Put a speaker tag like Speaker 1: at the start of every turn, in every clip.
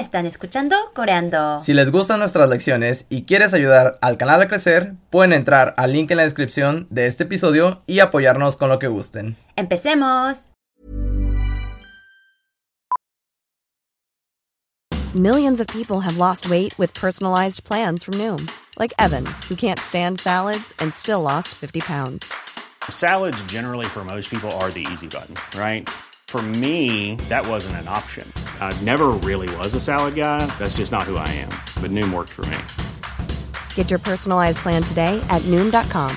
Speaker 1: están escuchando Coreando.
Speaker 2: Si les gustan nuestras lecciones y quieres ayudar al canal a crecer, pueden entrar al link en la descripción de este episodio y apoyarnos con lo que gusten.
Speaker 1: ¡Empecemos!
Speaker 3: Millions of people have lost weight with personalized plans from Noom, like Evan, who can't stand salads and still lost 50 pounds.
Speaker 4: Salads, generally, for most people, are the easy button, right? For me, that wasn't an option. I never really was a salad guy. That's just not who I am. But Noom worked for me.
Speaker 3: Get your personalized plan today at Noom.com.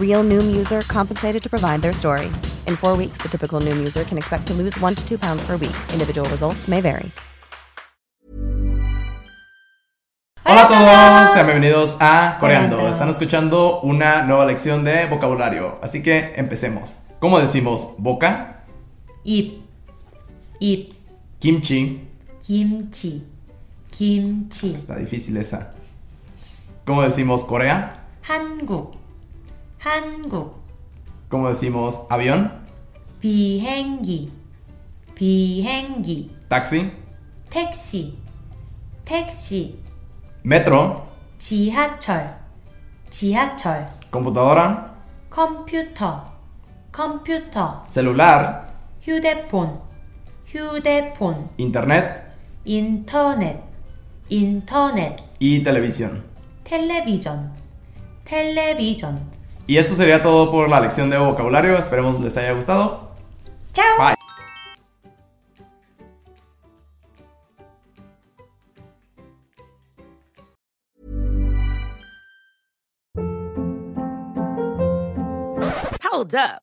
Speaker 3: Real Noom user compensated to provide their story. In four weeks, the typical Noom user can expect to lose one to two pounds per week. Individual results may vary.
Speaker 2: Hola a todos, sean bienvenidos a Coreando. Están escuchando una nueva lección de vocabulario, así que empecemos. ¿Cómo decimos boca,
Speaker 1: Ip. Ip.
Speaker 2: kimchi?
Speaker 1: Kimchi. Kimchi.
Speaker 2: Está difícil esa. ¿Cómo decimos Corea?
Speaker 1: 한국. 한국.
Speaker 2: ¿Cómo decimos avión,
Speaker 1: 비행기. 비행기.
Speaker 2: taxi,
Speaker 1: 택시. 택시.
Speaker 2: metro,
Speaker 1: 지하철. 지하철.
Speaker 2: computadora,
Speaker 1: 컴퓨터. 컴퓨터.
Speaker 2: celular,
Speaker 1: 휴대폰. 휴대폰.
Speaker 2: internet
Speaker 1: 인터넷. 인터넷.
Speaker 2: y televisión.
Speaker 1: 텔레비전. 텔레비전.
Speaker 2: Y eso sería todo por la lección de vocabulario. Esperemos les haya gustado.
Speaker 1: 짜오.
Speaker 2: Bye.
Speaker 5: Hold up.